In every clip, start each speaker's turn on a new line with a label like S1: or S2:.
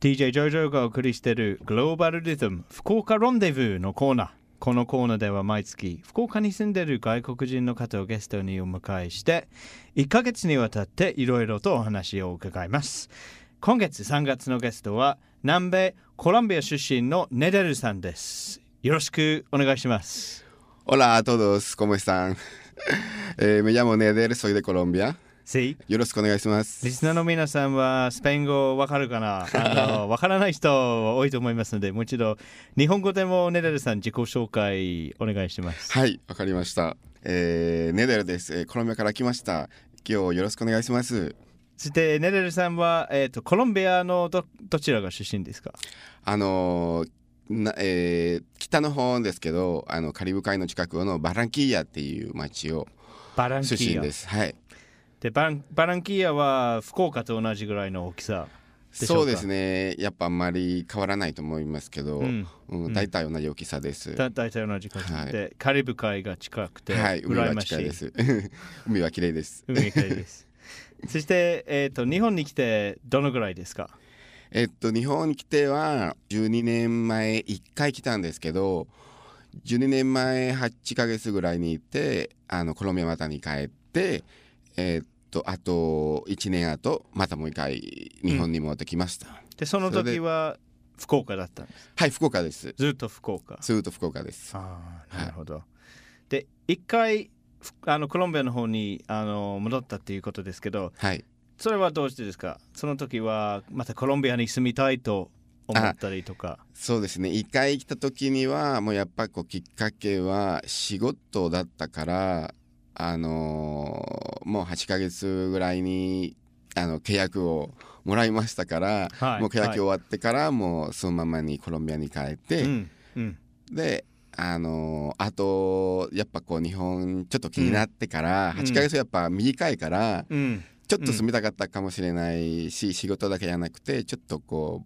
S1: DJ ジョジョがお送りしているグローバルリズム福岡ロンデブーのコーナーこのコーナーでは毎月福岡に住んでいる外国人の方をゲストにお迎えして1ヶ月にわたっていろいろとお話を伺います今月3月のゲストは南米コロンビア出身のネデルさんですよろしくお願いします
S2: Hola a todos, ¿cómo están? Eh, me llamo Neder, soy de Colombia.
S1: See?
S2: よろしくお願いしま
S1: リ
S2: す。
S1: スナーの皆さんはスペイン語わかるかなあ のわからない人多いと思いますのでもう一度日本語でもネデルさん自己紹介お願いします。
S2: はい、わかりました。えー、ネデルです、えーコロンビアから来ました。今日よろしくお願いします。
S1: そしてネデルさんは、えー、とコロンビアのどどちらが出身ですか
S2: あのーなえー北の方ですけど、あのカリブ海の近くのバランキーヤっていう町を
S1: バランキ
S2: 出
S1: ー
S2: 身
S1: ヤ
S2: です。はい。
S1: でバランバランキーヤは福岡と同じぐらいの大きさ。でしょうか
S2: そうですね。やっぱあんまり変わらないと思いますけど、
S1: う
S2: うんん、大体同じ大きさです。
S1: だ大体同じ感じ、
S2: はい
S1: でカリブ海が近くて、
S2: はい、海
S1: 羨
S2: は
S1: まし
S2: 近い
S1: い
S2: で。す。 海は綺麗です。
S1: 海が近い です。そして、えー、と日本に来てどのぐらいですか
S2: えっと日本に来ては12年前1回来たんですけど12年前8ヶ月ぐらいに行ってあのコロンビアまたに帰ってえっとあと1年後またもう1回日本に戻ってきました、
S1: でその
S2: それ
S1: 時
S2: で
S1: は福岡だったんです
S2: はい福岡です
S1: ずっと福岡
S2: ずっと福岡です
S1: ああ
S2: はい
S1: なるほど、で一回ふあのコロンビアの方にあの戻ったっていうことですけど
S2: はい
S1: それはどうしてですかその時はまたコロンビアに住みたいと思ったりとか
S2: そうですね1回来た時にはもうやっぱこうきっかけは仕事だったからあのーもう8ヶ月ぐらいにあの契約をもらいましたから、
S1: はい
S2: もう契約終わってからもうそのままにコロンビアに帰って、
S1: うんうん
S2: であのーあとやっぱこう日本ちょっと気になってから、
S1: うん
S2: 8ヶ月やっぱ短いから、
S1: うん
S2: ちょっと住みたかったかもしれないし、仕事だけじゃなくてちょっとこ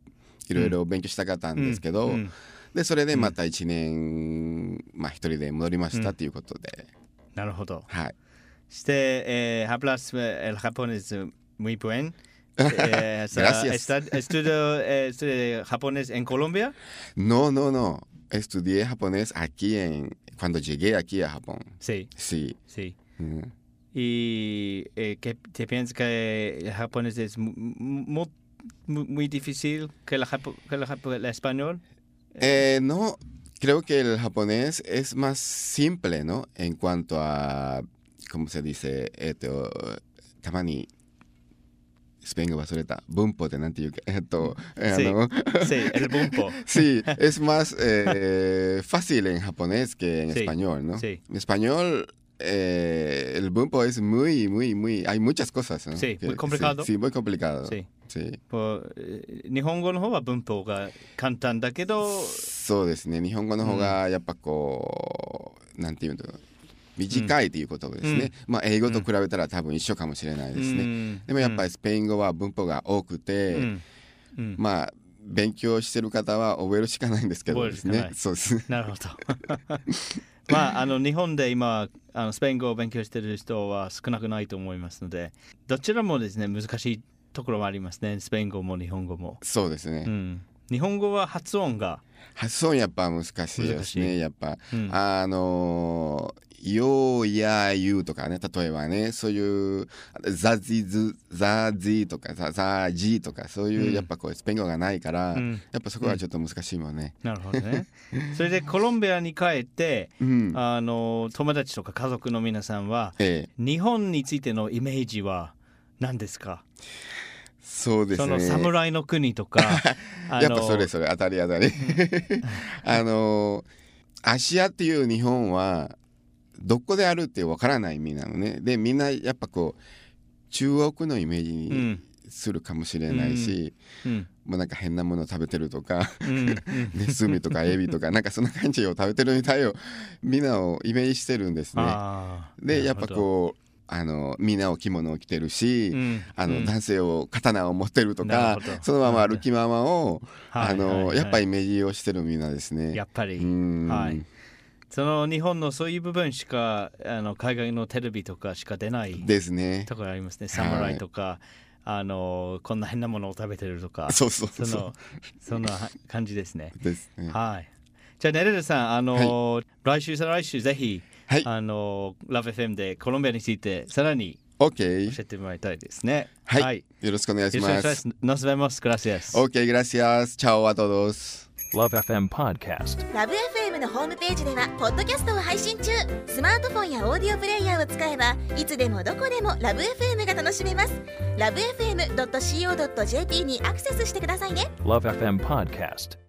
S2: ういろいろ勉強したかったんですけど、
S1: うん
S2: でそれ
S1: Mm.
S2: でまた1年、まあ、一人で戻りましたということで、
S1: なるほど
S2: はい
S1: して、えー、hablas eh, el japonés muy bien Eh, o sea,
S2: Gracias.
S1: estad- estudio, eh, estudio japonés en Colombia
S2: no no no estudié japonés aquí en cuando llegué aquí a Japón
S1: sí
S2: sí
S1: sí
S2: Mm.
S1: ¿Y eh, qué te piensas que el japonés es mu- mu- mu- muy difícil que el, japo- que el japo- el español?
S2: Eh, no creo que el japonés es más simple no en cuanto a cómo se dice esto tamani スペイン語忘れた文法ってなんていう かえっと、えあの
S1: Sí, el bumpo.
S2: eh, Sí, es más eh, fácil en japonés que en
S1: Sí,
S2: español, ¿no?
S1: sí.
S2: En español eh, el bumpo es muy, muy, muy... Hay muchas cosas, ¿no?
S1: Sí,
S2: Que-
S1: muy complicado.
S2: Sí, sí, muy complicado. Sí.
S1: Sí. Por, eh, 日本語の方は文法が簡単だけど、
S2: そうですね。日本語の方がやっぱこう、なんていうの短いということですね。まあ英語と比べたら多分一緒かもしれないですね。
S1: うん
S2: でもやっぱりスペイン語は文法が多くて、
S1: うんうん
S2: まあ勉強してる方は覚えるしかないんですけどです
S1: 覚え
S2: ね。
S1: る
S2: そうです。
S1: なるほ ど。まあ、あの日本で今あのスペイン語を勉強している人は少なくないと思いますのでどちらもですね難しいところもありますねスペイン語も日本語も。
S2: そうですね。
S1: うん、日本語は発音が、
S2: 発音やっぱ難しいです
S1: 難し
S2: ねやっぱ、
S1: うん
S2: あのー「ようやゆ」とかね例えばねそういう「ザジズ」「ザジ」とか「ザザジ」とかそういう、
S1: うん
S2: やっぱこうスペイン語がないから、
S1: うん
S2: やっぱそこはちょっと難しいもんね。
S1: なるほど ねそれでコロンビアに帰って
S2: うん
S1: あの友達とか家族の皆さんは
S2: ええ、
S1: 日本についてのイメージは何ですか
S2: そうです
S1: そ
S2: ね。
S1: の侍の国と かあの
S2: やっぱそれそれ当たり当た りあの芦屋っていう日本はどこであるってわからない意味なのねでみんなやっぱこう中国のイメージ
S1: う
S2: に
S1: ん
S2: するかもしれないし、
S1: うん
S2: もうなんか変なもの食べてるとか
S1: うんうん
S2: ネズミとかエビとかなんかそんな感じを食べてるみたいをみんなをイメージしてるんですね。
S1: あー
S2: で
S1: な
S2: や
S1: るほ
S2: っぱ
S1: ど
S2: こうあのみんなを着物を着てるし、
S1: うん
S2: あ
S1: う
S2: の
S1: ん
S2: 男性を刀を持ってると
S1: な
S2: か
S1: るほど
S2: そのまま歩きままを
S1: はい
S2: あの
S1: はい
S2: やっぱ
S1: は
S2: イメージをしてるみんなですね。
S1: いやっぱ
S2: う
S1: り、
S2: ん
S1: はいその日本のそういう部分しかあの海外のテレビとかしか出ない
S2: ですね。
S1: ところありますね。侍とか、あのこんな変なものを食べてるとか
S2: そうそうそ
S1: そうのそんな感じですね
S2: ですね
S1: はいじゃあネレルさんあの、来週再来週ぜひ、
S2: はい
S1: あのラブ FM でコロンビアについてさらに
S2: OK
S1: 教えてもらいたいですね
S2: はい、
S1: はい、
S2: よろしくお願いし
S1: よろしくお願
S2: ま
S1: いします
S2: す
S1: nos vemos gracias
S2: OK gracias chao a todos
S3: Love FM Podcast.
S4: ラブ f m のホームページではポッドキャストを配信中スマートフォンやオーディオプレイヤーを使えばいつでもどこでもラブ f m が楽しめますラブ FM.co.jp にアクセスしてくださいね
S3: Love FM Podcast.